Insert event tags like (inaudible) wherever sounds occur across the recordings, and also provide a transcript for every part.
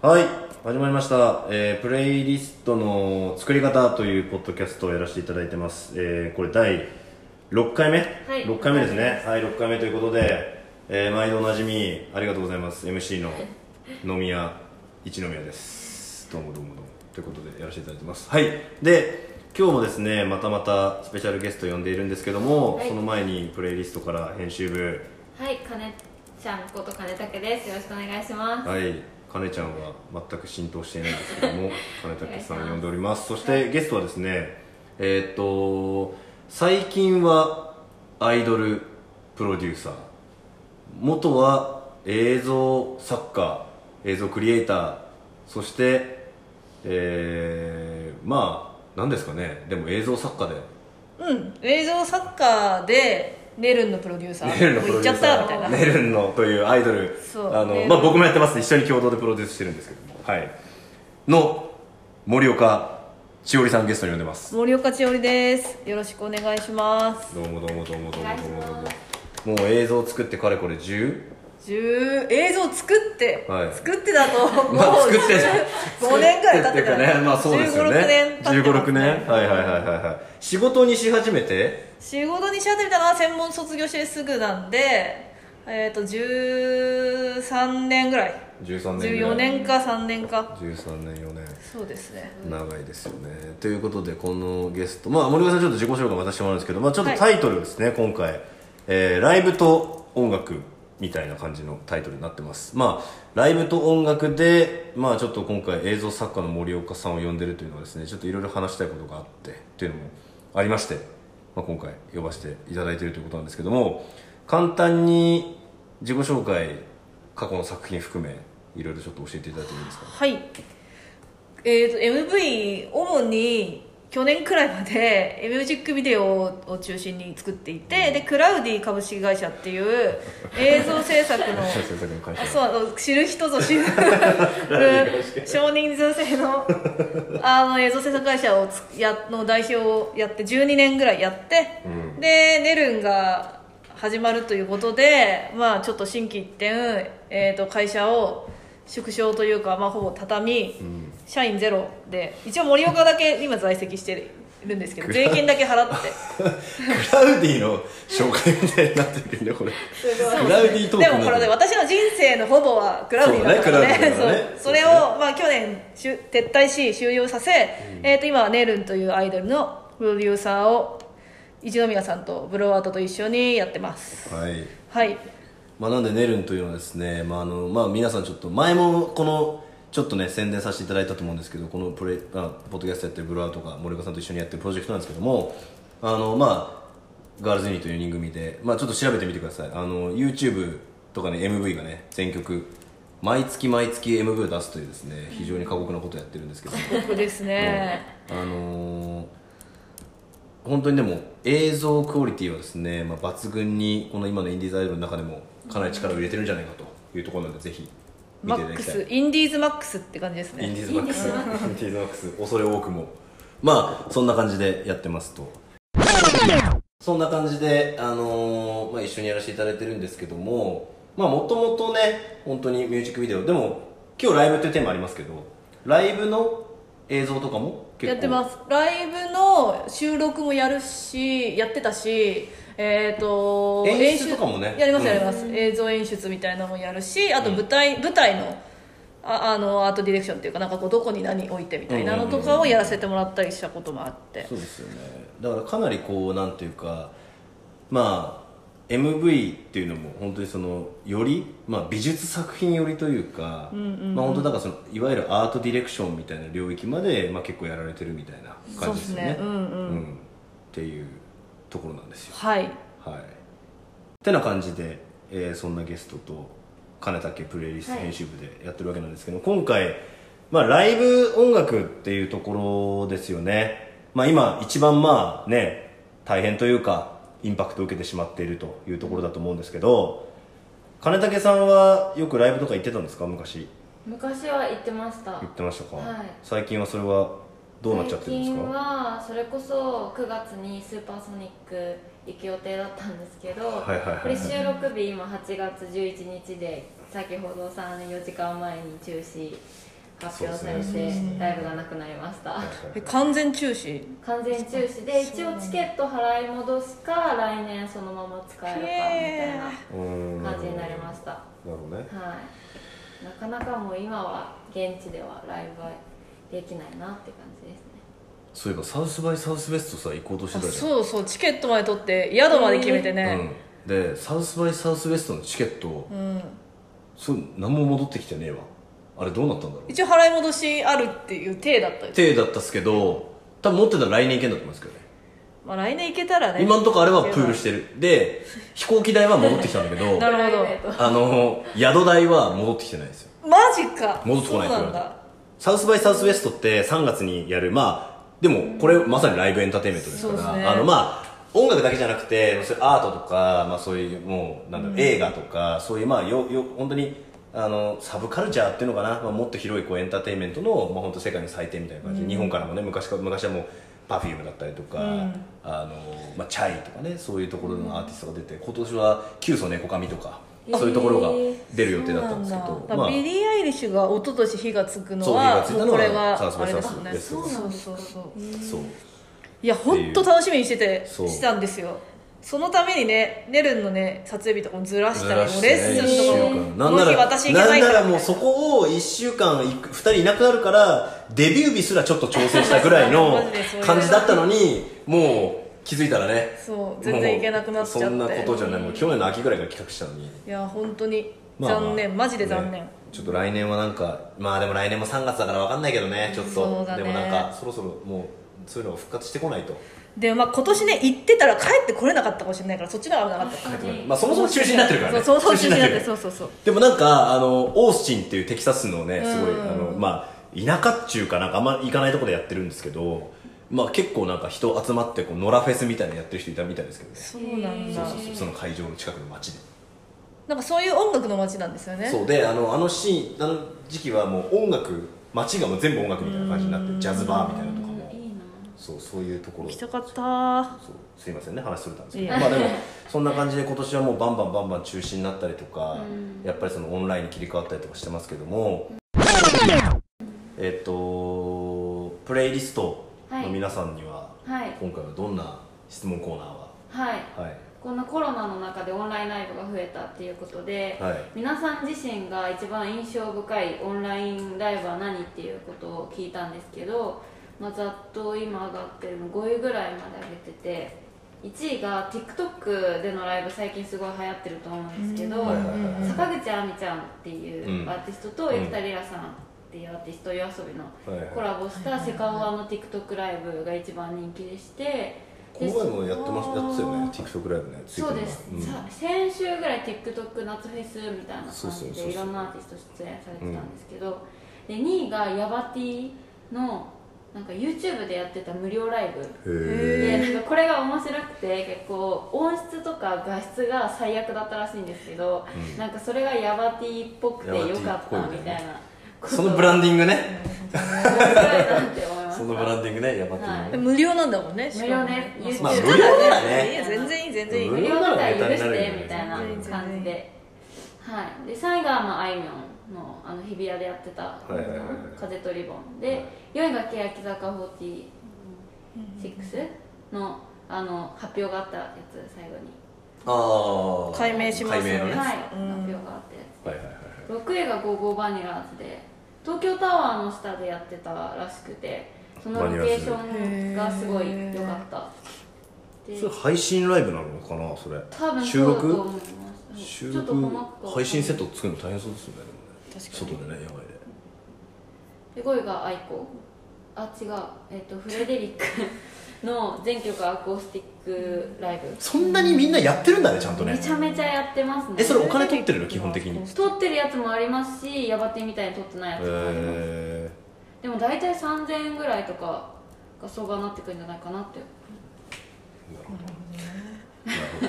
はい始まりました、えープレイリストの作り方というポッドキャストをやらせていただいてます、えーこれ第6回目、い6回目ですねはい6回目ということで、えー毎度おなじみありがとうございます MC の飲み屋一宮ですどうもどうもどうもということでやらせていただいてますはいで今日もですねまたまたスペシャルゲスト呼んでいるんですけども、はいその前にプレイリストから編集部はい、かねちゃんこと金武です。よろしくお願いします。はい、かねちゃんは全く浸透していないんですけども、金武さんを呼んでおります。そしてゲストはですね、えーっと最近はアイドルプロデューサー、元は映像作家、映像クリエイター、そして、えー、まあなんですかね、でも映像作家で。うん映像作家でネルンのプロデューサーネルンのプロデューサもう行っちゃったみたーいなネルンのというアイドルそうあの、ネルンまあ、僕もやってます一緒に共同でプロデュースしてるんですけどもはいの森岡千織さんゲストに呼んでます森岡千織ですよろしくお願いしますどうもどうもどうもどうもどうもどうお願いしももう映像を作ってかれこれ10 10映像作って、はい作ってだともう、 (laughs) まあ作ってじゃん5年ぐらい経ってかからねまあそうですよ15 16ね1 5年年経ってますはいはいはいはいはい仕事にし始めて仕事にし始めたのは専門卒業してすぐなんでえっ、と13年ぐらい13年ぐらい14年か3年か13年4年そうですね長いですよねということでこのゲスト、まあ、森岡さんちょっと自己紹介私してもらうんですけど、まあ、ちょっとはいタイトルですね、今回、えーライブと音楽みたいな感じのタイトルになってますまあライブと音楽で、まあ、ちょっと今回映像作家の森岡さんを呼んでるというのはですねちょっといろいろ話したいことがあってっていうのもありまして、まあ、今回呼ばせていただいているということなんですけども簡単に自己紹介過去の作品含めいろいろちょっと教えていただいてもいいですかはい。えー、と MV 主に去年くらいまでミュージックビデオを中心に作っていて、でクラウディ株式会社っていう映像制作の (laughs) 制作の会社あそうあの知る人ぞ知る少人数制のあの映像制作会社をつやの代表をやって12年ぐらいやって、うんでネルンが始まるということで、まあ、ちょっと心機一転、えー、と会社を縮小というか、まあ、ほぼ畳み、ん社員ゼロで一応盛岡だけ今在籍してるんですけど税金だけ払ってクラウディの紹介みたいになってるけどねこれクラウディトークでにもこなってれねる私の人生のほぼはクラウディだったのそうねでクラウディだからねそうそれを、まあ、去年しゅ撤退し終了させ、えー、と今はネルンというアイドルのプロデューサーを一宮さんとブロワートと一緒にやってますはいはいまあ、なんでネルンというのはですね、まああのまあ、皆さんちょっと前もこのちょっとね宣伝させていただいたと思うんですけどこのプレあポッドキャストやってるブルーアウトが森岡さんと一緒にやってるプロジェクトなんですけどもあのまあガールズユニット4人組で、まあ、ちょっと調べてみてくださいあの YouTube とかね MV がね全曲毎月毎月 MV を出すというですね非常に過酷なことをやってるんですけど僕ですね、あのー本当にでも映像クオリティはですね、まあ、抜群にこの今のインディーズアイドルの中でもかなり力を入れてるんじゃないかというところなのでぜひ見マていたッだクきたいスインディーズマックスって感じですインねディーズマックスインディーズマックス恐れ多くもまあそんな感じでやってますとそんな感じで、あのーまあ、一緒にやらせていただいてるんですけどもまあもともとね本当にミュージックビデオでも今日ライブっていうテーマありますけどライブの映像とかも結構やってますライブの収録もやるしやってたしえっ、と演出とかもね演出やりますうんやります、映像演出みたいなのもやるしあと舞台、舞台のああのアートディレクションっていうかなんかこうどこに何置いてみたいなのとかをやらせてもらったりしたこともあって、そうですよねだからかなりこうなんていうかまあ MV っていうのも本当にそのより、まあ、美術作品よりというか、まあ本当だからそのいわゆるアートディレクションみたいな領域まで、まあ、結構やられてるみたいな感じですよねそうですねうんうんんっていうところなんですよはいはいてな感じで、えーそんなゲストと金武プレイリスト編集部でやってるわけなんですけど、今回、まあ、ライブ音楽っていうところですよね、まあ、今一番まあね大変というかインパクトを受けてしまっているというところだと思うんですけど金武さんはよくライブとか行ってたんですか昔昔は行ってました行ってましたか、はい最近はそれはどうなっちゃってるんです最近かはそれこそ9月にスーパーソニック行く予定だったんですけど、はいはいはいこれ収録日今8月11日で先ほど34時間前に中止発表されそうでてすねライブがなくなりましたえ完全中止完全中止で一応チケット払い戻すか来年そのまま使えるかみたいな感感じになりましたなるほどねはい、なかなかもう今は現地ではライブはできないなって感じですねそういえばサウスバイサウスベストさ行こうとしてあたじゃんそうそうチケットまで取って宿まで決めてね、うん、でサウスバイサウスベストのチケットうん、それ何も戻ってきてねえわあれどうなったんだろう一応払い戻しあるっていう体だったよ手だったっすけど多分持ってたら来年行けんだと思うんですけどねまあ来年行けたらね今のところあれはプールしてるで飛行機代は戻ってきたんだけど (laughs) なるほどプライベートあの宿代は戻ってきてないんですよマジか戻ってこないそうこなれんだサウスバイサウスウェストって3月にやるまあでもこれまさにライブエンターテインメントですかそらうですねあのまあ音楽だけじゃなくてそういうアートとか、まあ、そういうもうなんだろう映画とかそういうまあよよ本当にあのサブカルチャーっていうのかな、まあ、もっと広いこうエンターテインメントの、まあ、本当世界の祭典みたいな感じで、日本からもね昔か昔はもう Perfume だったりとか、んあのまあ、チャイとかねそういうところのアーティストが出て今年は旧ソネコカミとか、そういうところが出る予定だったんですけそうなど、だまあビリー・アイリッシュが一昨年火がつくのそう火がはついたのもはうこれがサウスバあイれでサすウスねベストですそうそうそうそういや本当楽しみにしててそうしたんですよそのためにねねるんのね撮影日とかもずらしたりもうレッスずらしてねン一週間とかもなんこなの日ら私行けないからんならもうそこを1週間いく2人いなくなるからデビュー日すらちょっと調整したぐらいのマジでそういう感じだったのにもう気づいたらねそう全然行けなくなっちゃってもうそんなことじゃないもう去年の秋ぐらいから企画したのにいや本当にまあまあ残念、マジで残念、ねちょっと来年はなんかまあでも来年も3月だから分かんないけどねちょっそとうだでねもなんかそろそろもうそういうのが復活してこないとでまあ今年ね行ってたら帰ってこれなかったかもしれないからそっちの方が危なかった帰ってこないまあそもそも中止になってるからねそうそうそう中止になってるそうそうそうでもなんかあのオースチンっていうテキサスのねすごい、うんあのまあ田舎っちゅうかなんかあんま行かないとこでやってるんですけどまあ結構なんか人集まってこう野良フェスみたいなのやってる人いたみたいですけどねそうなんそうだそうそうその会場の近くの街で、なんかそういう音楽の街なんですよねそうであのあのシーンあの時期はもう音楽街がもう全部音楽みたいな感じになってるジャズバーみたいなのとかもいいなそうそういうところ行きたかったそうすいませんね話それたんですけいど、やまあでもそんな感じで今年はもうバンバンバンバン中止になったりとか、うんやっぱりそのオンラインに切り替わったりとかしてますけども、えっ、とプレイリストの皆さんには、はい今回はどんな質問コーナーははいはいこのコロナの中でオンラインライブが増えたっていうことで、はい皆さん自身が一番印象深いオンラインライブは何っていうことを聞いたんですけど、まあ、ざっと今上がってるの5位ぐらいまで上げてて1位が TikTok でのライブ最近すごい流行ってると思うんですけど、うんはいはいはいはい坂口あみちゃんっていううんアーティストとうんエクタリアさんっていうアーティスト夜遊びのはいはいコラボしたセカオワの TikTok ライブが一番人気でして。この前もやってましたやってたよね TikTok ライブねそうです、んさ先週ぐらい TikTok 夏フェスみたいなそう感そうそじうそうでいろんなアーティスト出演されてたんですけど、で2位がヤバティのなんか YouTube でやってた無料ライブへでえなんかこれが面白くて結構音質とか画質が最悪だったらしいんですけど、うんなんかそれがヤバティっぽくてよかったヤバティっぽいみよたいねなことそのブランデディングねィ面白いなって思いましたそのブランディングねやばってはいね、え無料なんだもんねしかも無料ねまあ YouTube 無料ならねいや全然いい全然いい無無料な料らだったらネタ許になしるよてねみたいな感じで,、はい、で3位が、まあ、あいみょんのあの日比谷でやってたいはいはいはい「風とリボン」で4位が欅坂46のあの発表があったやつ最後に、ああ解明しますよね解明のねはい、うん発表があったやはいはいはいはいつ6位が「ゴーゴーバニラーズ」で東京タワーの下でやってたらしくてそのロケーションがすごい良かったでそれ配信ライブなのかなそれ多分収そうだと録思います収ちょっと細かく録配信セット作るの大変そうですよねでもね確かに外でねやばいでで5位がアイコあ違う、えっとフレデリックの全曲アコースティックライブ、そんなにみんなやってるんだねちゃんとねめちゃめちゃやってますねえそれお金取ってるの基本的に撮ってるやつもありますしヤバティみたいに撮ってないやつもあります、えでも大体3000円ぐらいとかが相場になってくるんじゃないかなって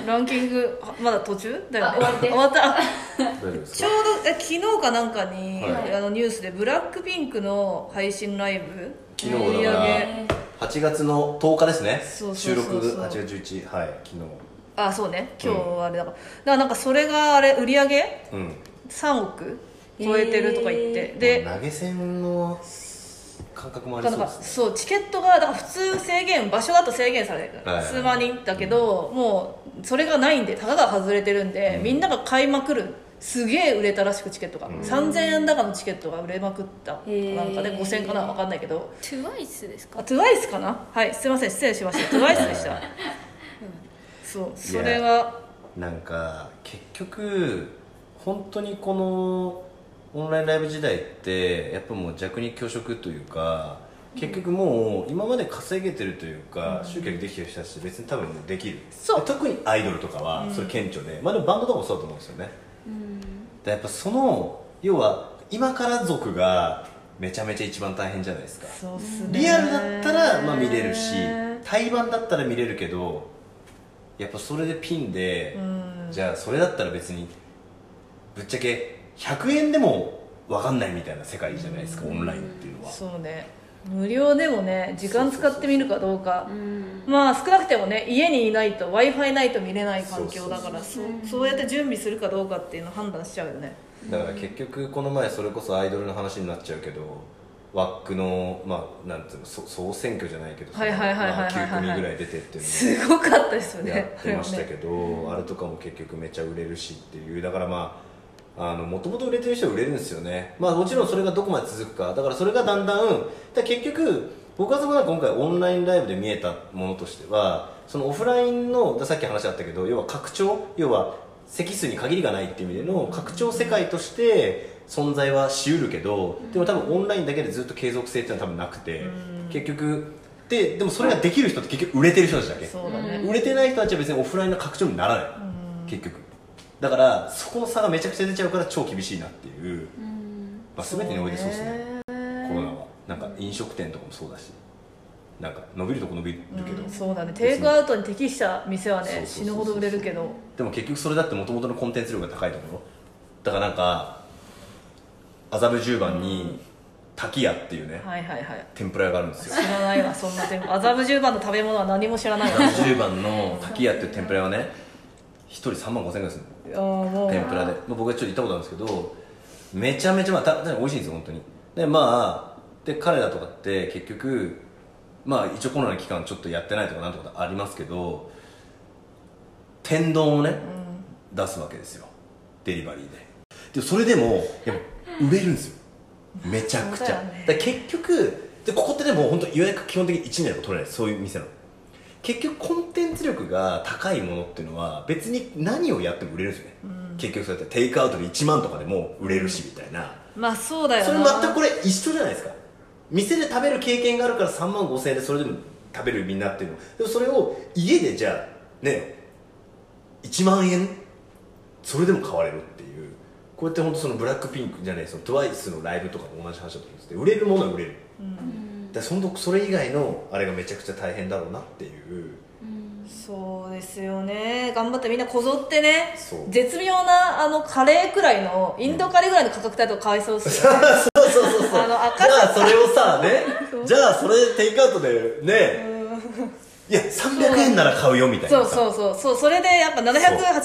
ランキングあまだ途中だよねあ終わりです終わったあー、大丈夫でちすょうかどえ昨日かなんかに、はいあのニュースでブラックピンクの配信ライブ昨日だか売りら上げ8月の10日ですねそうそうそうそう収録8月11はい昨日あそうね今日あれだから、だからなんかそれがあれ売り上げうん3億超えてるとか言って、で投げ銭の感覚もありだかそうらでそうすねチケットがだから普通制限場所だと制限される、はいはい数万人だけど、もうそれがないんでたかが外れてるんで、うんみんなが買いまくるすげえ売れたらしくチケットが、うん3000円高のチケットが売れまくったかなんかでへー5000円かな分かんないけどトゥワイスですあかトゥワイスかなはいすいません失礼しましたトゥワイスでした、うんそうそれはなんか結局本当にこのオンラインライブ時代ってやっぱもう弱肉強食というか結局もう今まで稼げてるというか、集客できてる人たちって別に多分もうできるそう特にアイドルとかはそれ顕著で、まあでもバンドとかもそうだと思うんですよねでやっぱその要は今から族がめちゃめちゃ一番大変じゃないですかそうっすねリアルだったらまあ見れるし対バンだったら見れるけどやっぱそれでピンで、うんじゃあそれだったら別にぶっちゃけ100円でも分かんないみたいな世界じゃないですか、オンラインっていうのはそうね無料でもね時間使ってみるかどうかうんまあ少なくてもね家にいないと w i f i ないと見れない環境だからそそうそううそうそうやって準備するかどうかっていうのを判断しちゃうよねだから結局この前それこそアイドルの話になっちゃうけどワックの、まあ、なんていうのそ総選挙じゃないけどはいはいはいはいはいはいまあ9組ぐらい出てっていうのすごかったですよねやってましたけど、うんあれとかも結局めちゃ売れるしっていうだからまあもともと売れてる人は売れるんですよねまあもちろんそれがどこまで続くかだからそれがだんだんだから結局僕はそこが今回オンラインライブで見えたものとしてはそのオフラインのださっき話あったけど要は拡張要は席数に限りがないっていう意味での拡張世界として存在はしうるけどでも多分オンラインだけでずっと継続性っていうのは多分なくて結局ででもそれができる人って結局売れてる人たちだけそうだね売れてない人たちは別にオフラインの拡張にならない、結局だからそこの差がめちゃくちゃ出ちゃうから超厳しいなっていう、うんまあ、全てにおいてそうですねコロナねはなんか飲食店とかもそうだしなんか伸びるとこ伸びるけど、うんそうだねテイクアウトに適した店はねそ死うそうそうそうぬほど売れるけどでも結局それだってもともとのコンテンツ量が高いところだからなんか麻布十番に滝屋っていうね、はいはいはい天ぷら屋があるんですよ知らないわそんな店舗麻布十番の食べ物は何も知らない (laughs) わあ麻布十番の滝屋っていう天ぷら屋はね1人3万5000円ぐらいするのーもう天ぷらで、まあ、僕はちょっと行ったことあるんですけどめちゃめちゃ、まあ、た確かに美味しいんですよ本当にでまあで彼らとかって結局まあ一応コロナの期間ちょっとやってないとかなんとかありますけど天丼をね、出すわけですよデリバリーででそれでもやっぱ売れるんですよめちゃくちゃそうだだ,、よねから結局でここってでも本当予約基本的に1年でも取れないそういう店なの結局コンテンツ力が高いものっていうのは別に何をやっても売れるんですよね、結局そうやってテイクアウトで1万とかでも売れるしみたいな、まあそうだよそれな全くこれ一緒じゃないですか店で食べる経験があるから3万5000円でそれでも食べるみんなっていうのでもそれを家でじゃあね1万円それでも買われるっていうこうやって本当そのブラックピンクじゃないその TWICE のライブとかも同じ話だと思うんですけど売れるものは売れるうんでそのそれ以外のあれがめちゃくちゃ大変だろうなっていううんそうですよね頑張ってみんなこぞってねそう絶妙なあのカレーくらいのインドカレーぐらいの価格帯とか買いそうっすよ (laughs) ねそうそうそうそうあの赤じゃあそれをさね (laughs) じゃあそれテイクアウトでねいや300円なら買うよみたいなそうさそうそうそうそれでやっぱ780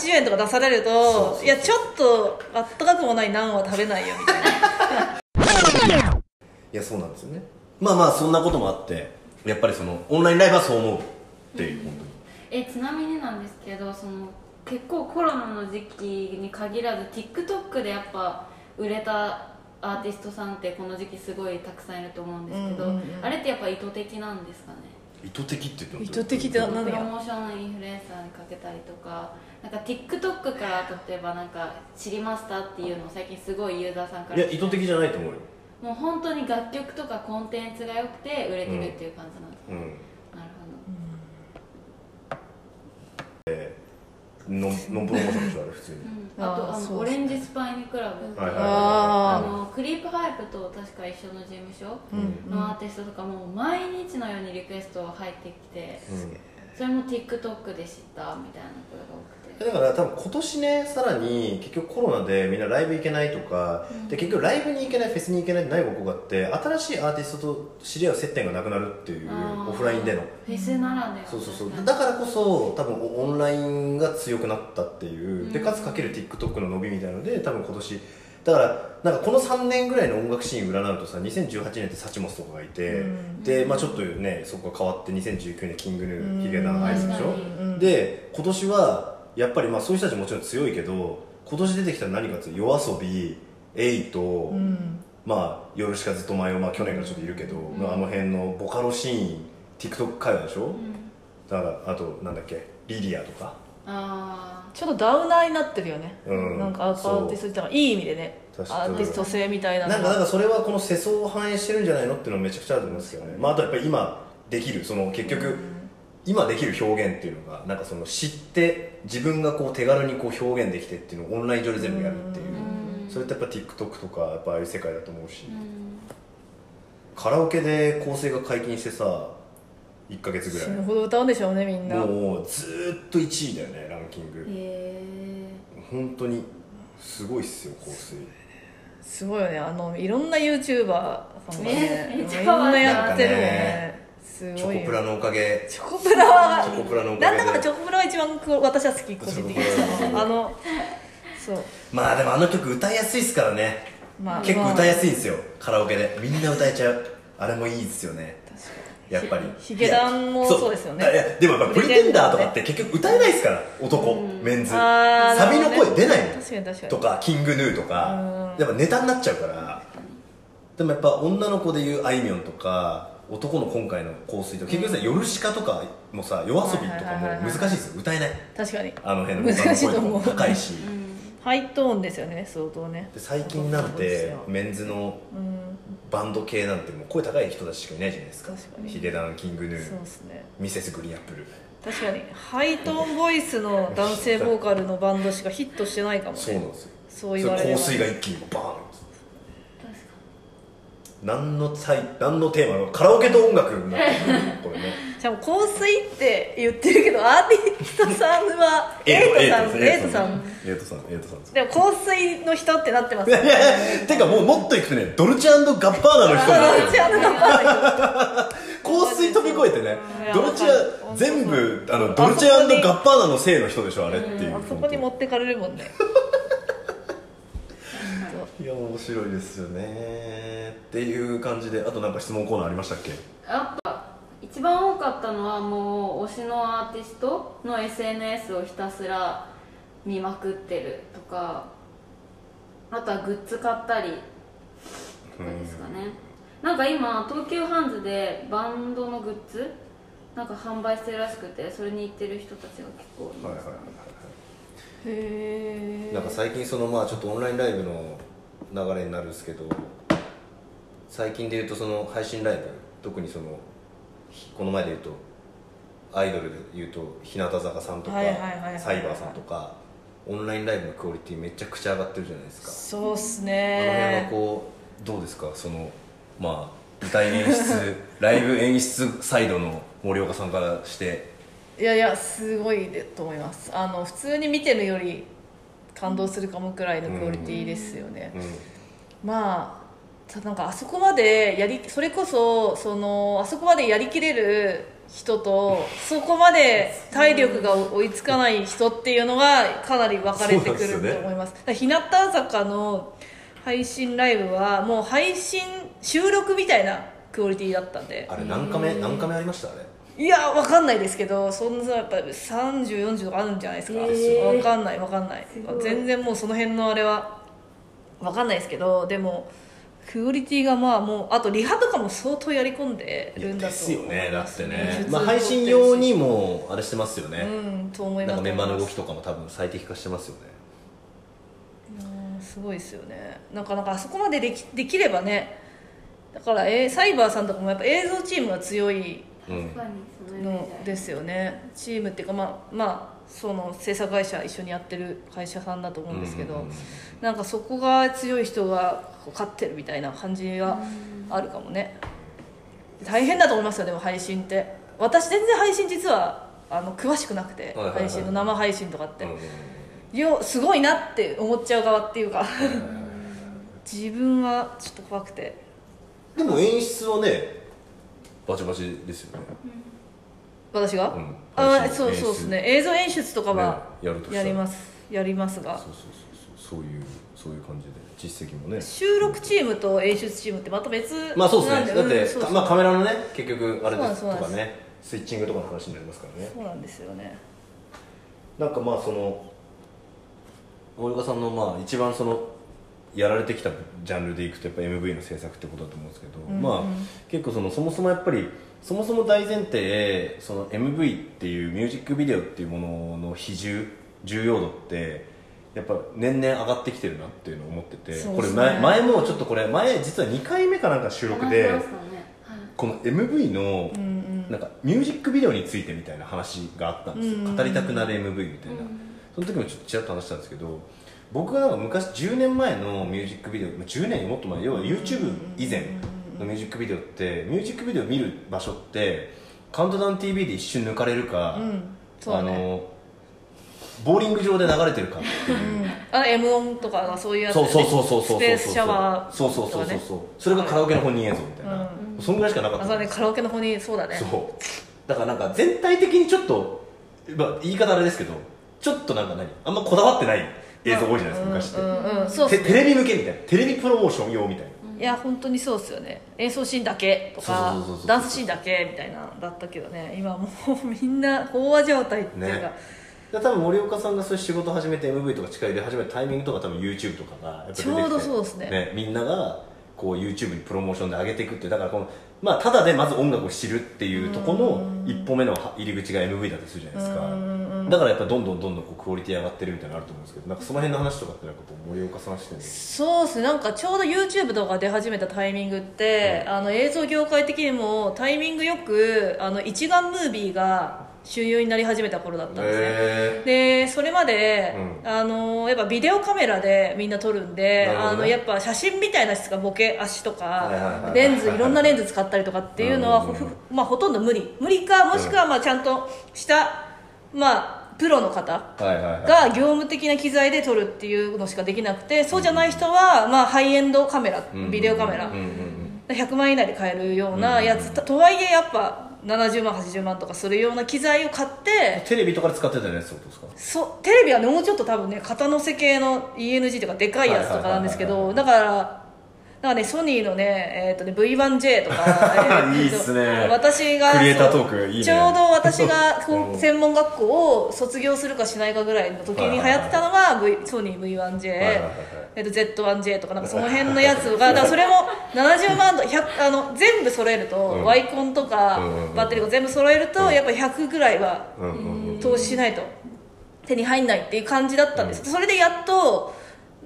円とか出されそるうそうそうとそういやちょっとあったかくもないナンは食べないよみたいないやそうなんですよねまあまあそんなこともあってやっぱりそのオンラインライブはそう思うっていう、本えちなみになんですけどその結構コロナの時期に限らず TikTok でやっぱ売れたアーティストさんってこの時期すごいたくさんいると思うんですけど、うんうんうんあれってやっぱ意図的なんですかね当に意図的って言って意図的って何プロやモーションインフルエンサーにかけたりとかなんか TikTok から例えばなんか知りましたっていうのを最近すごいユーザーさんからいや意図的じゃないと思うよもう本当に楽曲とかコンテンツが良くて売れてるっていう感じなんです、うなるんノンノンプロモーションでしょあれ普通にほど、うん、あとあーあのそうオレンジスパイニクラブ、 (laughs) はいはいあはのクリープハイプと確か一緒の事務所いはいうんのアーティストとかもう毎日のようにリクエストが入ってきてうんうんそれも TikTok で知ったみたいな声が多くてだから多分今年ねさらに結局コロナでみんなライブ行けないとか、で結局ライブに行けないフェスに行けないってないごがあって新しいアーティストと知り合う接点がなくなるっていうあーオフラインでのフェスならではそうそうそうだからこそ多分オンラインが強くなったっていう、でかつかける TikTok の伸びみたいので多分今年だからなんかこの3年ぐらいの音楽シーン占うとさ2018年ってサチモスとかがいて、うんで、まあ、ちょっとねそこが変わって2019年キングヌーヒゲダンアイスでしょ、うんで今年はやっぱりまあそういう人たちももちろん強いけど今年出てきたの何かっていうと夜遊びエイト、うんまあ「夜しかずっと前を」まあ、去年からちょっといるけど、んまああの辺のボカロシーン TikTok 界隈でしょ、うんだからあとなんだっけリリアとかあちょっとダウナーになってるよね、うんなんかアそうーティストってのはいい意味でねア確かにーティスト性みたいななんのかがなんかそれはこの世相を反映してるんじゃないのっていうのはめちゃくちゃあると思うんですけどね、まあ、あとやっぱり今できるその結局、今できる表現っていうのがなんかその知って自分がこう手軽にこう表現できてっていうのをオンライン上で全部やるっていう、ーうんそれってやっぱ TikTok とかやっぱああいう世界だと思うし、うんカラオケで構成が解禁してさ1ヶ月ぐら死いぬほど歌うんでしょうねみんなもうずーっと1位だよねランキング、へ本当にすごいっすよ香水すごいよねあのいろんな YouTuber さんがねねめっちゃい可ろんな愛いやってるもんねチすごいョよコプラのおかげチチョコプラはョコプラのおかなげんだかんだチでョコプラが一番私は好き個人的そうにあのそうまあでもあの曲歌いやすいっすからねまあ結構歌いやいすいんですよカラオケでみんな歌えちゃうあれもいいっすよねやっぱりヒゲダンもそうですよねいやいやでもやっぱプリテンダーとかって結局歌えないっすから男、メンズあーサビのなるほど声出ねないの確かに確かにとかキングヌーとかやっぱネタになっちゃうからでもやっぱ女の子でいうあいみょんとか男の今回の香水とか結局さ、ヨルシカとかもさ夜遊びとかも難しいですよ歌えない確かにあの辺の難しいと思うボカロ声とかも高いしえうんハイトーンですよね相当ねで最近なんてメンズのうんバンド系なんてもう声高い人たちしかいないじゃないですか確かにヒゲダンキングヌそうーですねミセスグリーンアップル確かにハイトーンボイスの男性ボーカルのバンドしかヒットしてないかもそうなねんですよそう言われれば香水が一気にバーン確か何のタイ何のテーマのカラオケと音楽になってるこれねしかも香水って言ってるけどアーティストさんは (laughs) (laughs) エイトさんエイトさんエイトさんエイトさんですでも香水の人ってなって (laughs) ますいねやいやい (laughs) やてかもうもっといくとねドルチェガッバーナの人になってるう (laughs) ちあ (laughs) の頑張らない香水飛び越えてねいやドルチわかェる全部あのド当そうルチェガッバーナのせいの人でしょあれっていうとあそこに持ってかれるもんね本いや面白いですよねっていう感じであとなんか質問コーナーありましたっけやっぱ一番多かったのはもう推しのアーティストの SNS をひたすら見まくってるとかあとはグッズ買ったりとかですかねなんか今東急ハンズでバンドのグッズなんか販売してるらしくてそれに行ってる人たちが結構います、当へなんか最近そのまあちょっとオンラインライブの流れになるんですけど最近で言うとその配信ライブ特にそのひこの前で言うとアイドルで言うと日向坂さんとかはいはいはいはいはいサイバーさんとかオンラインライブのクオリティめちゃくちゃ上がってるじゃないですかそうっすあの辺はねこうどうですかそのまあ舞台演 (laughs) 出ライブ演出サイドの森岡さんからしていやいやすごいと思いますあの普通に見てるより感動するかもくらいのクオリティですよね、まあたなんかあそこまでやりそれこそそのあそこまでやりきれる人とそこまで体力が追いつかない人っていうのがかなり分かれそてくうなんでするよねと思いますだから日向坂の配信ライブはもう配信収録みたいなクオリティだったんであれ何カメ何カメありましたあれいや分かんないですけどそんなやっぱ3040とかあるんじゃないですか、へー分かんない分かんないすごい全然もうその辺のあれは分かんないですけどでもクオリティがまあもうあとリハとかも相当やり込んでいやるんだでとすよねだって技ね術、まあ、も持配ってる信し用にもあれしてますようね、んと思いまなんかすメンバーの動きとかも多分最適化してますよねうんすごいですよねなかなかあそこまでできできればねだから、えーサイバーさんとかもやっぱ映像チームが強いうん確かにそのイメのージあでるすよねチームっていうかまあまあその制作会社一緒にやってる会社さんだと思うんですけど、うんうんうんなんかそこが強い人がこう勝ってるみたいな感じがあるかもね大変だと思いますよでも配信って私全然配信実はあの詳しくなくて、はいはいはい配信の生配信とかって、うんうんうんよすごいなって思っちゃう側っていうか (laughs) 自分はちょっと怖くてでも演出はねバチバチですよね、私が、うんあ配信そうそうですね映像演出とかはねやるとしたやらりますやりますがそうそうそうそうそういうそういう感じで実績もね収録チームと演出チームってまた別なんでまあそうですねだうっんて、そうかそうまあ、カメラのね結局あれですそうなんですとかねスイッチングとかの話になりますからねそうなんですよねなんかまあその大岡さんのまあ一番そのやられてきたジャンルでいくとやっぱ MV の制作ってことだと思うんですけど、んうんまあ結構そのそもそもやっぱりそもそも大前提その MV っていうミュージックビデオっていうものの比重重要度ってやっぱ年々上がってきてるなっていうのを思ってて、そうこでれすね前前もちょっとこれ前実は2回目かなんか収録で話しましたねはいこの MV のうんうんなんかミュージックビデオについてみたいな話があったんですよ、うんうんうん語りたくなる MV みたいな、その時もちょっとちらっと話したんですけど僕がなんか昔10年前のミュージックビデオまあ10年よりもっと前要は YouTube 以前のミュージックビデオってミュージックビデオ見る場所って「カウントダウン t v で一瞬抜かれるか、うんそうだあねのボーリング場で流れてるかっていううんあ M 音とかそういうやつそうそうそうそうそうそうそうスペースシャワーそうそうそうそうそうそれがカラオケの本人映像みたいな、うんそんぐらいしかなかったあんそうでだねカラオケの方にそうだねそうだからなんか全体的にちょっと、まあ、言い方あれですけどちょっとなんか何あんまこだわってない映像多いじゃないですか、昔って、うんうんうんそうっすてテレビ向けみたいなテレビプロモーション用みたいないや本当にそうっすよね演奏シーンだけとかそうそうそうそうダンスシーンだけみたいなだったけどね今もうみんな飽和状態っていうか、ねだから多分森岡さんがそういう仕事始めて MV とか力入れ始めたタイミングとか多分 YouTube とかがやっぱ出てきてちょうどそうですねみんながこう YouTube にプロモーションで上げていくっていうだからこの、まあ、ただでまず音楽を知るっていうとこの一歩目の入り口が MV だとするじゃないですかだからやっぱどんどんどんどんこうクオリティ上がってるみたいなのあると思うんですけどなんかその辺の話とかってなんかこう森岡さんしてるんですそうっすねなんかちょうど YouTube とか出始めたタイミングって、あの映像業界的にもタイミングよくあの一眼ムービーが主流になり始めた頃だったんですね、へでそれまで、うんあのやっぱビデオカメラでみんな撮るんでなるほどあねのやっぱ写真みたいな質がボケ足とはいはいはいはかいレンズいろんなレンズ使ったりとかっていうのは、うんうんうんほまあ、ほとんど無理無理かもしくはまあちゃんとした、まあ、プロの方ーはいはいはいが業務的な機材で撮るっていうのしかできなくてそうじゃない人は、まあ、ハイエンドカメラうんうんうんビデオカメラ、うんうんうん100万円以内で買えるようなやつ、ととはいえやっぱ70万80万とかするような機材を買ってテレビとかで使ってたやつってことですかそうテレビはねもうちょっと多分ね肩乗せ系の ENG とかでかいやつとかなんですけはどいだからなんかねソニーのね,、えー、とね V1J (laughs) とかいいっすねえーと私がクリエイタートークいいねちょうど私がこうんう専門学校を卒業するかしないかぐらいの時に流行ってたのが、v、ソニー V1J、はいはいはいえー、と Z1J とかなんかその辺のやつがだからそれも70万と100あの全部揃えると、んワイコンとか、うんうんうんバッテリーを全部揃えると、やっぱ100ぐらいはうんうんうん投資しないと手に入んないっていう感じだったんです、それでやっと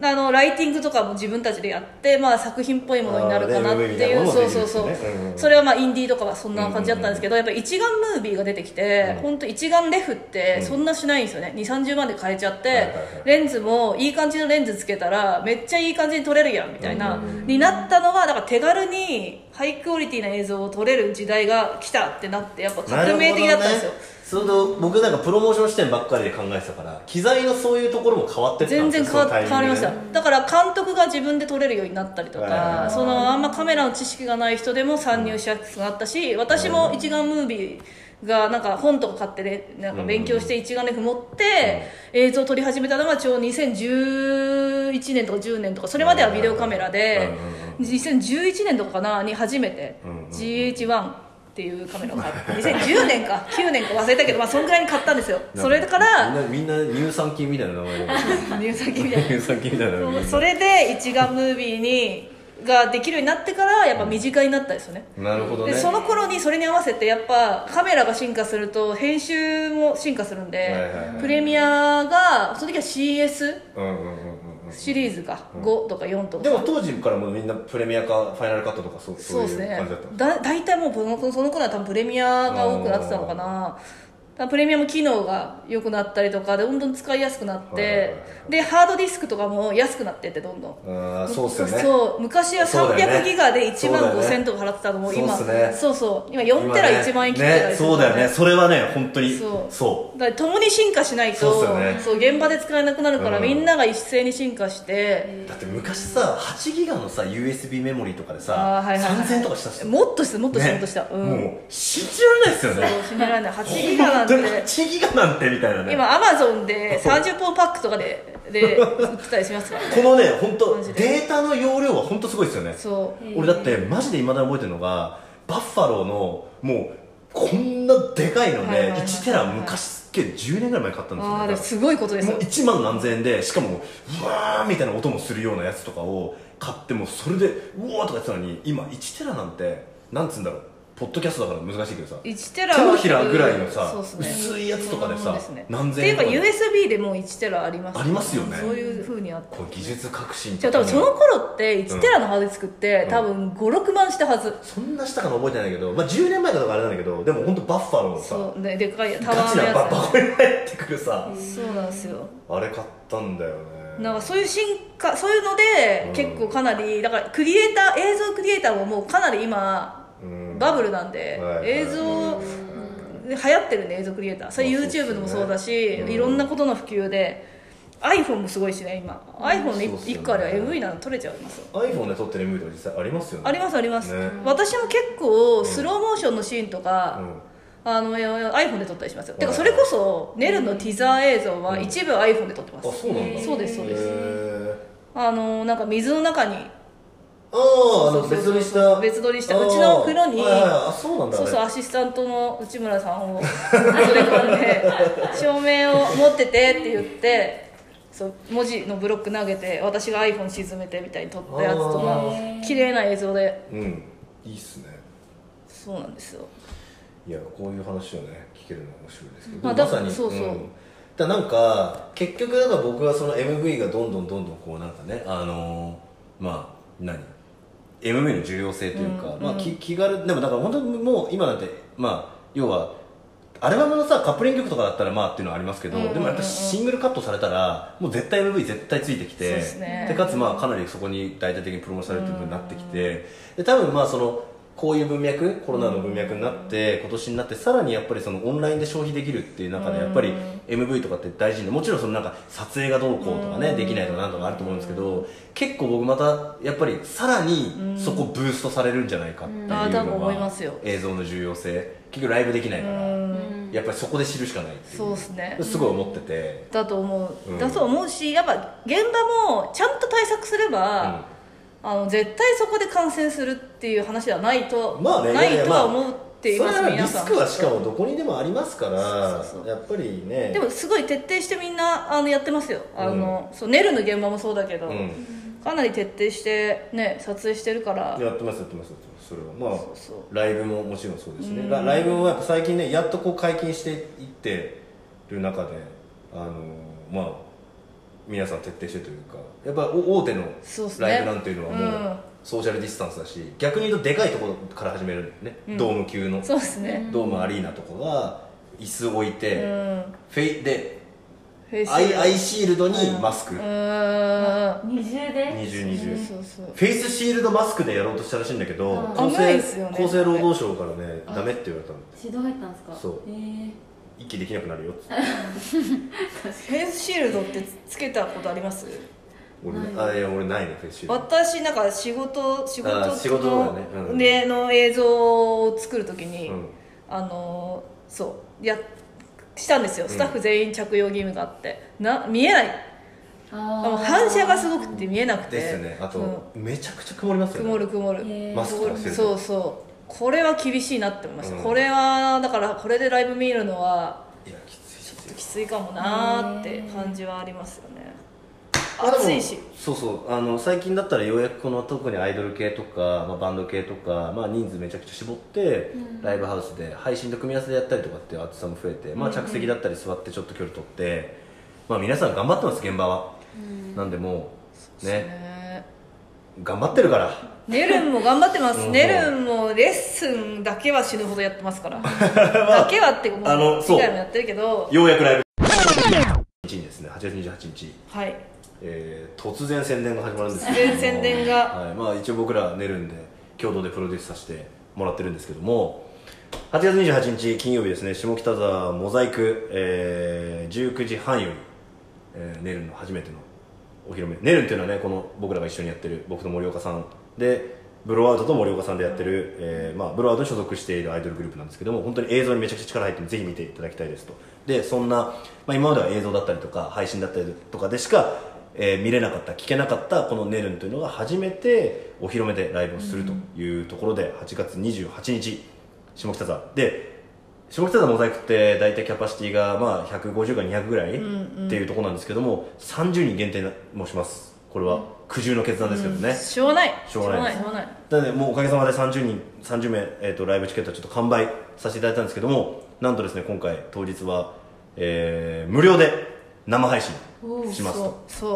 あのライティングとかも自分たちでやって、まあ、作品っぽいものになるかなってあーね MV いうみたいなものそがうできそるうそう、んですねうんうんそれはまあインディーとかはそんな感じだったんですけど、やっぱ一眼ムービーが出てきて、本当一眼レフってそんなしないんですよね2 3 0万で買えちゃって、はいはいレンズもいい感じのレンズつけたらめっちゃいい感じに撮れるやんみたいな、うんうんになったのはだから手軽にハイクオリティな映像を撮れる時代が来たってなってやっぱ革命的だったんですよ、なるほどね、それと僕なんかプロモーション視点ばっかりで考えてたから機材のそういうところも変わってったん全ですよそ然変わのタイミン変わグりでましただから監督が自分で撮れるようになったりとはかいそのあんまカメラの知識がない人でも参入しやすくなったし私も一眼ムービーがなんか本とか買ってねなんか勉強して一眼レフ持って映像を撮り始めたのがちょうど2011年とか10年とかそれまではビデオカメラでう2011年とかかなに初めてうんうん GH1 っていうカメラを買って2010年か9年か忘れたけどまあそんぐらいに買ったんですよそれからみんなみんな乳酸菌みたいな名前で入籍みたいな乳酸菌みたいな名前でそれで一眼ムービーにができるようになってからやっぱ身近になったんですよねなるほどねでその頃にそれに合わせてやっぱカメラが進化すると編集も進化するんで、はいはいはいプレミアがその時は CS うんうんうんうんうんシリーズか、5とか4とかでも当時からもうみんなプレミアかファイナルカットとかそうそそううでいすうね感じだったんですだ大体もうこのその頃は多分プレミアが多くなってたのかなあプレミアム機能が良くなったりとかでどんどん使いやすくなって、はいはいはいはでハードディスクとかも安くなってってどんどんあーそうっすよねそう昔はそうだよね300ギガで1万そうだよね5000とか払ってたのも今そうっすねそうそう今4テラ1万円切ってたねりするそうだよねそれはね本当にそそううだから共に進化しないとそうっすよねそう現場で使えなくなるから、うんみんなが一斉に進化して、だって昔さ8ギガのさ USB メモリーとかであさ、ーはいはいはい3000とかしたしもっとしたもっとした、ねもっとした、うん、もう信じられないですよねそう信じられない8ギガな本ん当 (laughs) にて8ギガなんてみたいなね今アマゾンで30本パックとかでで売ってたりしますからねこのね本マ当ジでデータの容量は本当すごいですよねそへうー俺だってマジで未だに覚えてるのがバッファローのもうこんなでかいのはいはいではい1テラ昔すっげえ10年ぐらい前に買ったんですよああ多でも分すごいことですもよう1万何千円でしかもうわーみたいな音もするようなやつとかを買ってもうそれでうおーとかやってたのに今1テラなんてなんつうんだろうポッドキャストだから難しいけどさ1テラ手のひらぐらいのさ、そうっすね薄いやつとかでそうさですね何って千い円うかとかで USB でもう1テラありますありますよねそういうふうにあってこう技術革新じゃとあ多か分その頃って1テラのハードディスクってうん多分56万したはずそんなしたかの覚えてないけど、まあ、10年前かとかあれなんだけどでも本当バッファローのさそうねでかいタガワーチのなやバ (laughs) つバコに入ってくるさそうなんですよあれ買ったんだよねなんかそういう進化そういうのでうん結構かなりだからクリエイター映像クリエイターももうかなり今うんバブルなんではいはい映像流行ってるね映像クリエイターそれまあそうっすよね YouTube でもそうだしうんいろんなことの普及で iPhone もすごいしね今 iPhone そのうっすよね1個あれば MV なの撮れちゃいますよ iPhone で撮ってる MV とか実際ありますよねありますあります、ね私も結構スローモーションのシーンとうか、んあの iPhone で撮ったりしますよ、はいてかそれこそネルのティザー映像はうん一部 iPhone で撮ってます、あそうなんだそうですそうですへあのなんか水の中にーあああそうそうそうの別撮りした別撮りしたあーうちの黒にはいはいあそうなんだそうそうあアシスタントの内村さんを連れ込 (laughs) んで照明を持っててって言ってそう文字のブロック投げて私が iPhone 沈めてみたいに撮ったやつとあかー綺麗な映像でれうんいいっすねそうなんですよいやこういう話をね聞けるのは面白いですけど、まあだまさにそうそうんだからなんか結局だから僕はその MV がどんどんどんどんこうなんかねあのーまあ何 MV の重要性というか、うんまあ、き気軽でもだから本当にもう今だってまあ要はアルバムのさカップリング曲とかだったらまあっていうのはありますけど、うんうんうんうでんもやっぱシングルカットされたらもう絶対 MV 絶対ついてきそうてっすねでかつまあかなりそこに大体的にプロモーションされてるようになってきてで多分まあそのこういう文脈コロナの文脈になって今年になってさらにやっぱりそのオンラインで消費できるっていう中でやっぱり MV とかって大事でもちろんそのなんか撮影がどうこうとかうんねできないとかなんとかあると思うんですけど結構僕またやっぱりさらにそこブーストされるんじゃないかっていうのあー多分思いまはすよ映像の重要性結局ライブできないからうんやっぱりそこで知るしかないってそういっすねうすごい思ってて。だと思う、うんだと思うしやっぱ現場もちゃんと対策すれば、あの絶対そこで感染するっていう話ではないと、まあねなやいいやとは思っています、それは皆リさスんクはしかもどこにでもありますからそうそうそうやっぱりねでもすごい徹底してみんなあのやってますよあの、そうネルの現場もそうだけど、うんかなり徹底してね撮影してるからやってますやってますやってますそれはまあそうそうライブももちろんそうですね、うんラライブもやっぱ最近ねやっとこう解禁していってる中であのーまあ皆さん徹底してというかやっぱお大手のそうっすねライブなんていうのはもううんソーシャルディスタンスだし、逆に言うとでかいところから始めるんだよね、うんドーム級のそうですねドームアリーナとかが椅子置いうんて、フェイでフェイスアイアイシールドにマスク、うんあ二重で二重そ二う重そうフェイスシールドマスクでやろうとしたらしいんだけど、うん厚危ない生ですよね厚生労働省からねあダメって言われたの指導入ったんですかそうえー一気できなくなるよっつってフェイスシールドってつけたことあります俺ないあいや俺ないねフェイスシールド私なんか仕事仕事あのー仕事のねうんでの映像を作るときに、うんあのーそうやしたんですよスタッフ全員着用義務があって、な見えないああの反射がすごごくて見えなくてですよねあと、うんめちゃくちゃ曇りますよね曇る曇る、へーマスクとかしてるとそうそうこれは厳しいなって思いました、うんこれはだからこれでライブ見るのはいやきついきついきついかもなーって感じはありますよねあでも暑いしそうそうあの最近だったらようやくこの特にアイドル系とか、まあ、バンド系とか、まあ、人数めちゃくちゃ絞って、うんライブハウスで配信と組み合わせでやったりとかっていうアーティストさんも増えて、まあ、着席だったり座ってちょっと距離取って、まあ、皆さん頑張ってます現場は、なんでもうそうっすねね頑張ってるからネルンも頑張ってまうすんネルンもレッスンだけは死ぬほどやってま (laughs) すからだけはってもうあのそう以外もやってるけどようやくライブ日にですね8月28日、はいえー突然宣伝が始まるんですけ突ど然宣伝がはいまあ、一応僕ら寝るんで共同でプロデュースさせてもらってるんですけども8月28日金曜日ですね下北沢モザイク、えー19時半より、えー、ネルンの初めてのお披露目ネルンっていうのはねこの僕らが一緒にやってる僕と森岡さんでブローアウトと森岡さんでやってる、えーまあ、ブローアウトに所属しているアイドルグループなんですけども本当に映像にめちゃくちゃ力入ってるんでぜひ見ていただきたいですとでそんな、まあ、今までは映像だったりとか配信だったりとかでしか、えー見れなかった聞けなかったこのネルンというのが初めてお披露目でライブをするというところで8月28日下北沢で下北沢モザイクって大体キャパシティがまあ150から200ぐらいっていうところなんですけども、30人限定もしますこれは苦渋の決断ですけどね、しょうがないしょうがないしょうがないなのでもうおかげさまで30人30名、えー、とライブチケットちょっと完売させていただいたんですけどもなんとですね今回当日は、えー無料で生配信しますとそうそう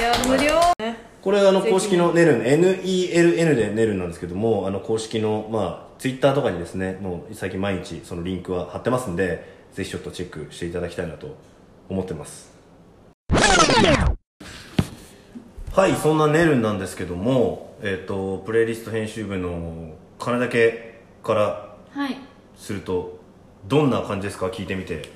いや無料これあのぜひ公式のネルン NELN でネルンなんですけどもあの公式のまあツイッターとかにですねもう最近毎日そのリンクは貼ってますんでぜひちょっとチェックしていただきたいなと思ってますはいそんなネルンなんですけどもえっ、とプレイリスト編集部の金だけからはいするとどんな感じですか聞いてみて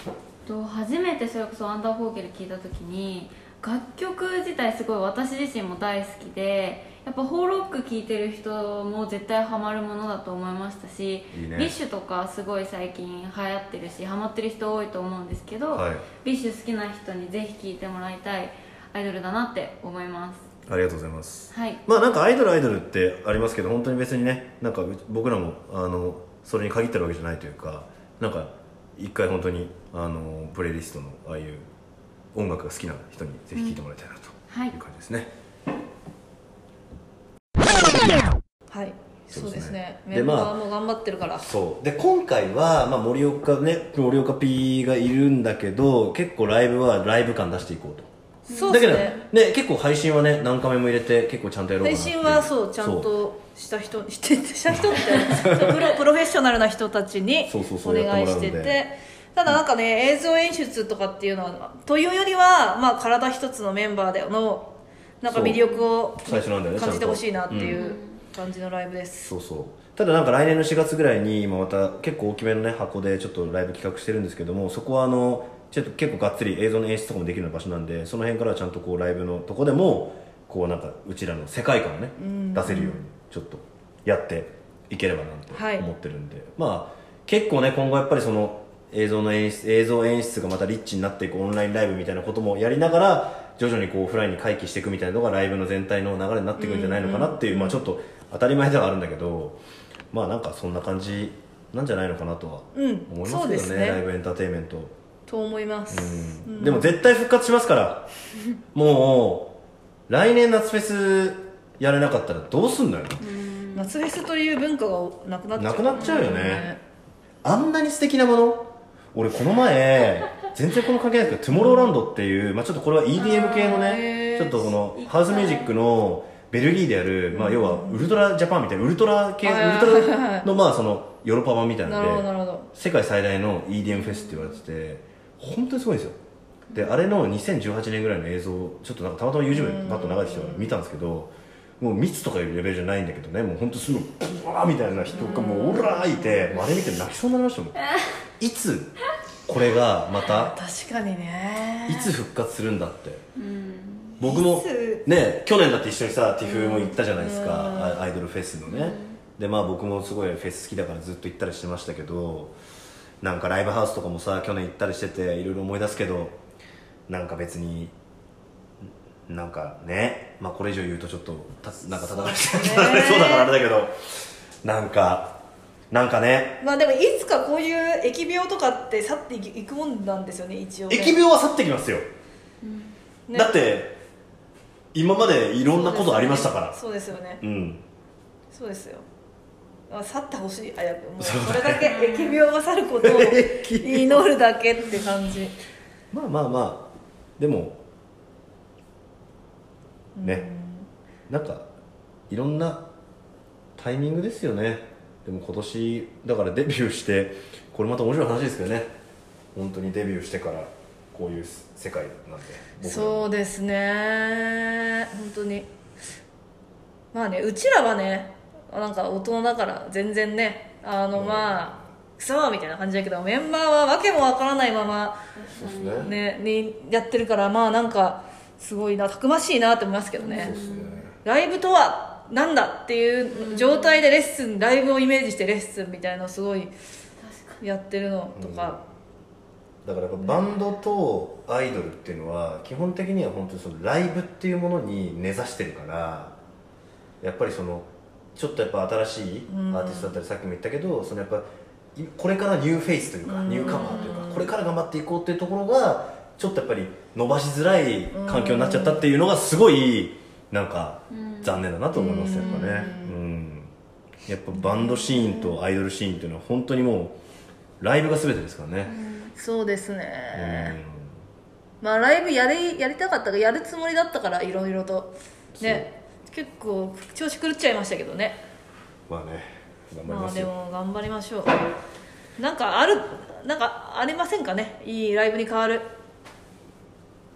と初めてそれこそ「アンダーフォーゲル」聴いた時に楽曲自体すごい私自身も大好きでやっぱホーロック聴いてる人も絶対ハマるものだと思いましたしいいねビッシュとかすごい最近流行ってるしハマってる人多いと思うんですけど、はいビッシュ好きな人にぜひ聴いてもらいたいアイドルだなって思いまありがとうございますすはいまあなんかアイドルアイドルってありますけど本当に別にねなんかう僕らもあのそれに限ってるわけじゃないというかなんか一回本当にあのプレイリストのああいう音楽が好きな人にぜひ聴いてもらいたいなとはいいう感じですね、はいそそううですねですねメンでまバあーも頑張ってるから、そうで今回は、まあ、森岡ね森岡 P がいるんだけど結構ライブはライブ感出していこうとそうですだねけどね結構配信はね何回目も入れて結構ちゃんとやろうかな配ってい信はそうちゃんとした人にしてした人みたいなそう (laughs) プロプロフェッショナルな人たちにそうそうそおうやってもらう願んいでしててただなんかね映像演出とかっていうのはというよりは、まあ、体一つのメンバーでのなんか魅力をそう最初なんだよね感じてほしいなってちゃいんうと感じのライブです、そうそうただなんか来年の4月ぐらいに今また結構大きめのね箱でちょっとライブ企画してるんですけどもそこはあのちょっと結構がっつり映像の演出とかもできるような場所なんでその辺からはちゃんとこうライブのとこでもこうなんかうちらの世界観をね出せるようにちょっとやっていければなはいと思ってるんで、まあ結構ね今後やっぱりその映像の演出映像演出がまたリッチになっていくオンラインライブみたいなこともやりながら徐々にこうオフラインに回帰していくみたいなのがライブの全体の流れになっていくんじゃないのかなっていう、まあちょっと当たり前ではあるんだけどまあなんかそんな感じなんじゃないのかなとはうん思いますそけうでどすね,、ねライブエンターテインメント、と思います、うんうんでも絶対復活しますから (laughs) もう来年夏フェスやれなかったらどうすんのよ夏フェスという文化がなくなっちゃうなくなっちゃうよねあんなに素敵なもの俺この前全然この関係ないですけど「トゥモローランド」っていう、まあ、ちょっとこれは EDM 系のあーねへーちょっとこのいいねハウスミュージックのベルギーでやる、まあ、要はウルトラジャパンみたいなウルトラ系ウあールトラのまあそのヨーロッパ版みたいななるほどのなでるほど世界最大の EDM フェスって言われてて本当にすごいんですよであれの2018年ぐらいの映像をちょっとなんかたまたま YouTube でバッと流れてきたから見たんですけどもう密とかいうレベルじゃないんだけどねもう本当すぐブワーみたいな人がもうオラーいてもうあれ見て泣きそうになりま (laughs) したもんいつこれがまた確かにねいつ復活するんだってうん僕もいつね去年だって一緒にさ TIFF も行ったじゃないですか、うんあアイドルフェスのね、でまあ僕もすごいフェス好きだからずっと行ったりしてましたけどなんかライブハウスとかもさ去年行ったりしてていろいろ思い出すけどなんか別になんかね、まあ、これ以上言うとちょっとたなんか叩かれちゃうそ叩うねかれ (laughs) そうだからあれだけどなんかなんかねまあでもいつかこういう疫病とかって去っていくいくもんなんですよね一応ね疫病は去ってきますよ、ねだって今までいろんなことありましたからそうですよねうんそうですよあ去ってほしい早 (laughs) くもうそれだけ疫病が去ることを祈るだけって感じまあまあまあでもねなんかいろんなタイミングですよねでも今年だからデビューしてこれまた面白い話ですけどね本当にデビューしてからこういう世界なんで僕らそうですね本当にまあねうちらはねなんか大人だから全然ねあのうんまあ、クソみたいな感じだけどメンバーはわけもわからないまま、そうですねねにやってるからまあなんかすごいなたくましいなって思いますけどそうねですねライブとはなんだっていう状態でレッスンライブをイメージしてレッスンみたいなのをすごいやってるのとか、だからやっぱバンドとアイドルっていうのは基本的には本当にそのライブっていうものに根ざしてるからやっぱりそのちょっとやっぱ新しいアーティストだったりさっきも言ったけどそのやっぱいこれからニューフェイスというかうんニューカマーというかこれから頑張っていこうっていうところがちょっとやっぱり伸ばしづらい環境になっちゃったっていうのがすごいなんかうん残念だなと思いますやっぱねうんやっぱバンドシーンとアイドルシーンっていうのは本当にもうライブが全てですからね、そうですね、まあライブやりやりたかったがやるつもりだったからいろいろとね結構調子狂っちゃいましたけどねまあね頑張りままあすでよ、も頑張りましょうなんかあるなんかありませんかねいいライブに変わる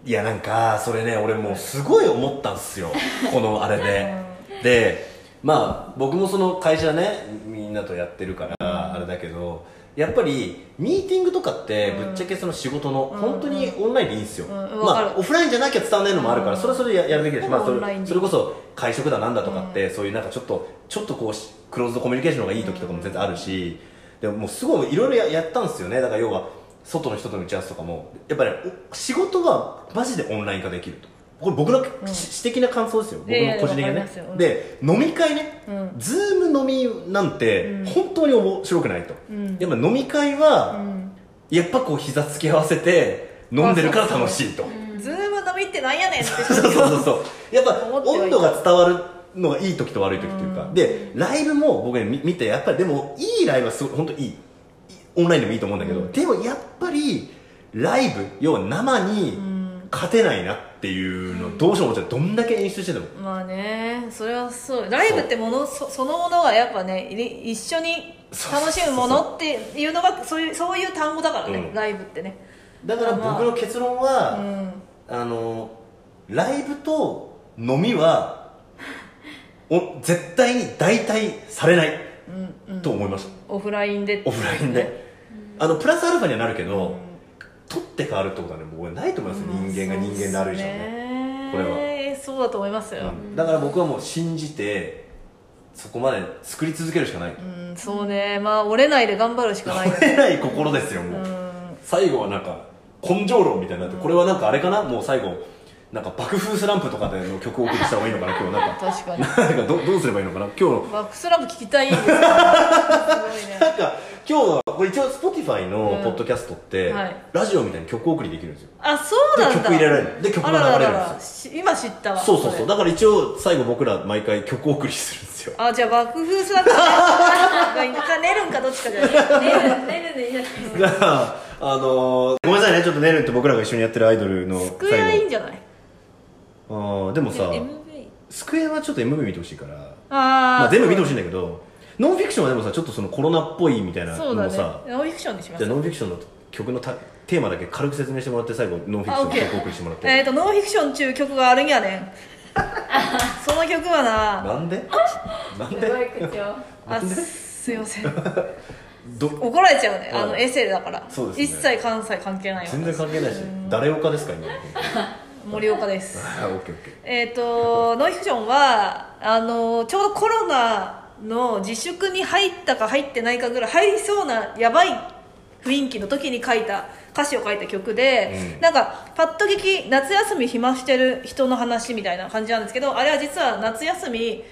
いやなんかそれね俺もうすごい思ったんす (laughs) よこのあれででまあ僕もその会社ねみんなとやってるからあれだけどやっぱりミーティングとかってぶっちゃけその仕事のうん本当にオンラインでいいんですよ、うんまわかるあオフラインじゃなきゃ伝わらないのもあるからそれはそれでややるべきだし、ほぼまあ、そオンラインれでそれこそ会食だなんだとかって、そういうなんかちょっとちょっとこうしクローズドコミュニケーションの方がいい時とかも全然あるし、でももうすごいいろいろややったんですよねだから要は外の人との打ち合わせとかもやっぱり、ね、お仕事はマジでオンライン化できるとこれ僕の、し私的な感想ですよ僕いやいやの個人的なわかりねますようんで飲み会ね、うんズーム飲みなんて本当に面白くないと、うんやっぱ飲み会は、うんやっぱこう膝つき合わせて飲んでるから楽しいと、ズーム飲みってなんやねんって (laughs) そうそうそうそうやっぱ思ってはいた温度が伝わるのがいい時と悪い時というか、でライブも僕ねみ見てやっぱりでもいいライブはすごい本当いいいオンラインでもいいと思うんだけど、でもやっぱりライブ要は生に勝てないなっていうのどうしても思っちゃうどんだけ演出しててもまあねそれはそうライブってものそそのものはやっぱねい一緒に楽しむものっていうのがそういうそういう単語だからね、うんライブってねだから僕の結論うは、んあのライブと飲みはお絶対に代替されないうんうんと思いました、オフラインでってオフラインで、あのプラスアルファにはなるけど、取って変わるってことはねもうないと思います、人間が人間である以上ね、これははそうだと思いますようんだから僕はもう信じてそこまで作り続けるしかないうん、そうねまあ折れないで頑張るしかないよ折れない心ですようもう、ん最後はなんか根性論みたいになって、これはなんかあれかなもう最後なんか爆風スランプとかでの曲をお送りした方がいいのかな今日なんか (laughs) 確かになんかどどうすればいいのかな今日のバックスラブ聞きたいですねすごいねなんか今日はこれ一応 Spotify のポッドキャストって、うんはいラジオみたいに曲送りできるんですよあそうなんだで曲入れられるで曲が流れるんですよあららららし今知ったわそうそうそうれだから一応最後僕ら毎回曲送りするんですよあじゃあ爆風スラブがいいのか寝るんかどっちかじゃない寝る寝るでいいじゃないが、あのーごめんなさいねちょっとねるんと僕らが一緒にやってるアイドルのスクエアいいんじゃないあーでもさ MV スクエアはちょっと MV 見てほしいからまああ、あ全部見てほししいんだけどノンフィクションはでもさちょっとそのコロナっぽいみたいなそうのだもねさ、ノンフィクションにしまじゃすあノンフィクションの曲のたテーマだけ軽く説明してもらって最後ノンフィクあショオンのッケー曲送りしてもらって、えー、とノンフィクション中曲があるんやね (laughs) んその曲はななんでなんすごでい口調あすいませんど怒られちゃうねはいあのエッセイだからそうですね一切関西関係ないわ全然関係ないし誰岡ですか今 (laughs) の森岡ですあーオッケーオッケーえっ、とノンフィクションはあのちょうどコロナの自粛に入ったか入ってないかぐらい入りそうなやばい雰囲気の時に書いた歌詞を書いた曲で、うんなんかパッと聞き夏休み暇してる人の話みたいな感じなんですけどあれは実は夏休み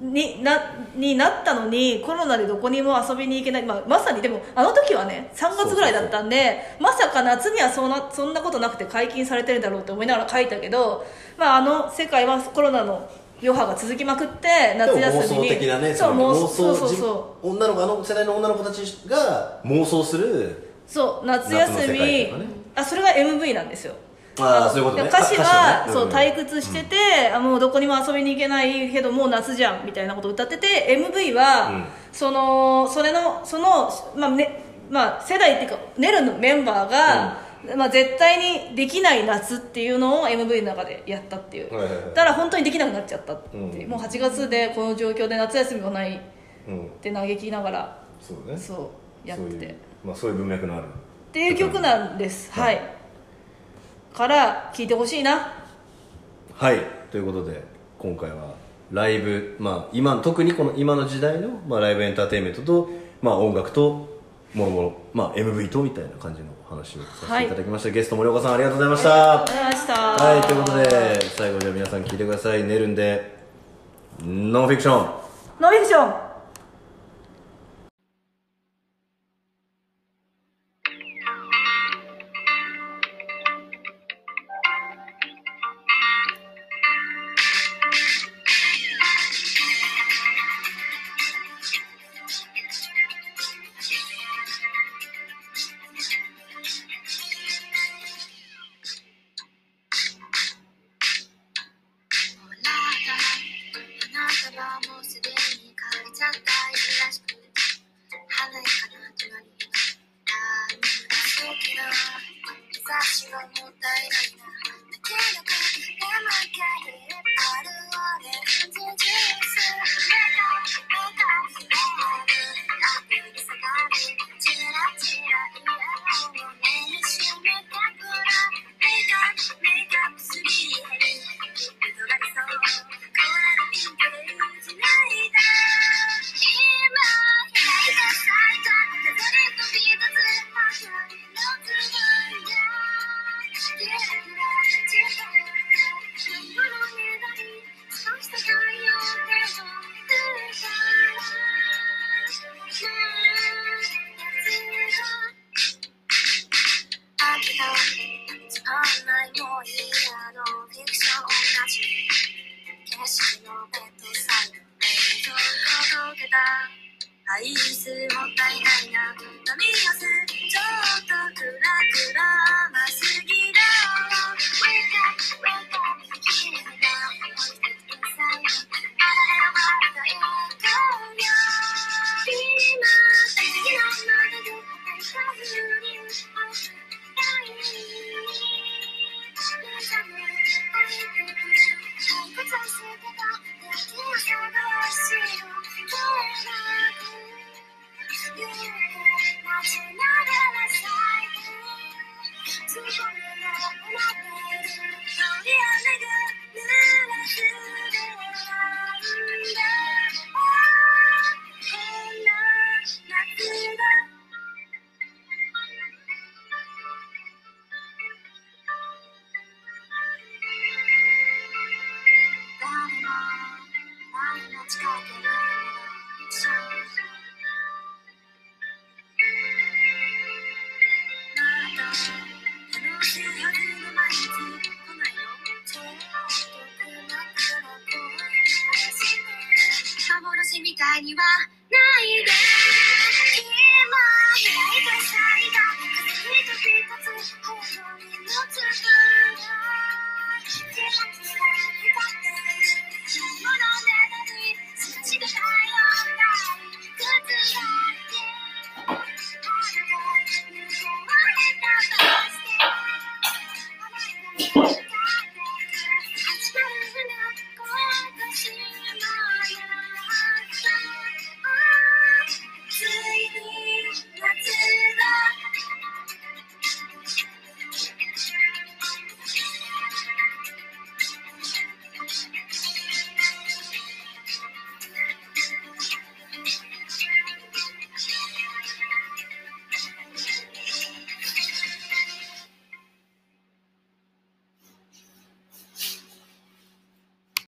になになったのにコロナでどこにも遊びに行けない、まあ、まさにでもあの時はね3月ぐらいだったんでまさか夏にはそんなそんなことなくて解禁されてるだろうって思いながら書いたけど、まあ、あの世界はコロナの余波が続きまくって夏でも休み妄想に的なねそうの妄想妄想そうそうじそう女の子あの世代の女の子たちが妄想するそう夏夏の休世み界とかねあそれが MV なんですよああそういうことねで歌詞歌は、詞はねうんそう退屈してて、あもうどこにも遊びに行けないけどもう夏じゃんみたいなことを歌ってて MV は、うんそのそれのその、まあねまあ、世代っていうかネルのメンバーが、まあ、絶対にできない夏っていうのを MV の中でやったっていう、はいはいはいだから本当にできなくなっちゃったって、うんもう8月でこの状況で夏休みがないっうんて嘆きながらそうねそうやってそういう,、まあ、そういう文脈のあるっていう曲なんですははいいから聴いてほしいなはいということで今回はライブ、まあ、今特にこの今の時代の、まあ、ライブエンターテインメントと、まあ、音楽ともろもろ、まあ、MV とみたいな感じの話をさせていただきました、ゲスト森岡さんありがとうございましたお願いしたはいということで最後じゃあ皆さん聞いてください寝るんでノンフィクションノンフィクションもうなたらあなたはもうすでに枯れちゃった雪らしく華やかな隣に何が好きな日差しはもったいないなだけどこれもいけるあるオレンジジュースメカメカメカラブに下がるチラチライヤを目にしめたくらメイクメイクアップするよりきっとが理想変わるピンクでいいじゃないだ今開いたサイト飾れとビートズマシャルのつぶやきれいな地平線の願い少し高いよ手を振った夏があけたわけじゃないもういいやノンフィクション同じ景色のベッドサイド映像が届けたアイスもったいないな飲み寄せちょっとクラクラ甘すぎだ Wake up, wake up, 君が起きてくださいあらわが笑顔よ今だけの窓で大丈夫に Thank you.「誰も愛の近くにいるそう」「まだ楽しいはずの毎日来ないよ」「ちょっとくなったら声をして」「幻みたいにはないで」